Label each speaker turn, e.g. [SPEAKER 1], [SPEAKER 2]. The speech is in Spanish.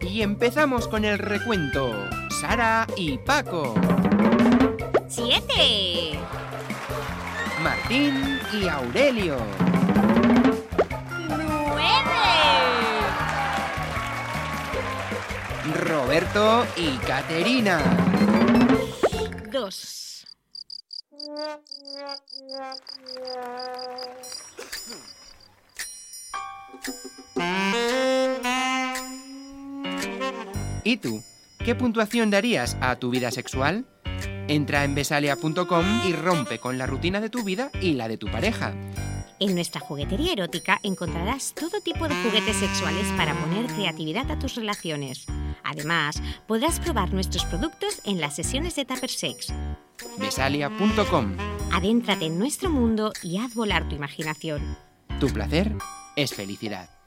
[SPEAKER 1] Y empezamos con el recuento. Sara y Paco.
[SPEAKER 2] ¡Siete!
[SPEAKER 1] Martín y Aurelio.
[SPEAKER 2] ¡Nueve!
[SPEAKER 1] Roberto y Caterina.
[SPEAKER 2] Dos.
[SPEAKER 1] ¿Y tú? ¿Qué puntuación darías a tu vida sexual? Entra en besalia.com y rompe con la rutina de tu vida y la de tu pareja.
[SPEAKER 2] En nuestra juguetería erótica encontrarás todo tipo de juguetes sexuales para poner creatividad a tus relaciones. Además, podrás probar nuestros productos en las sesiones de Tupper Sex.
[SPEAKER 1] Besalia.com.
[SPEAKER 2] Adéntrate en nuestro mundo y haz volar tu imaginación.
[SPEAKER 1] Tu placer es felicidad.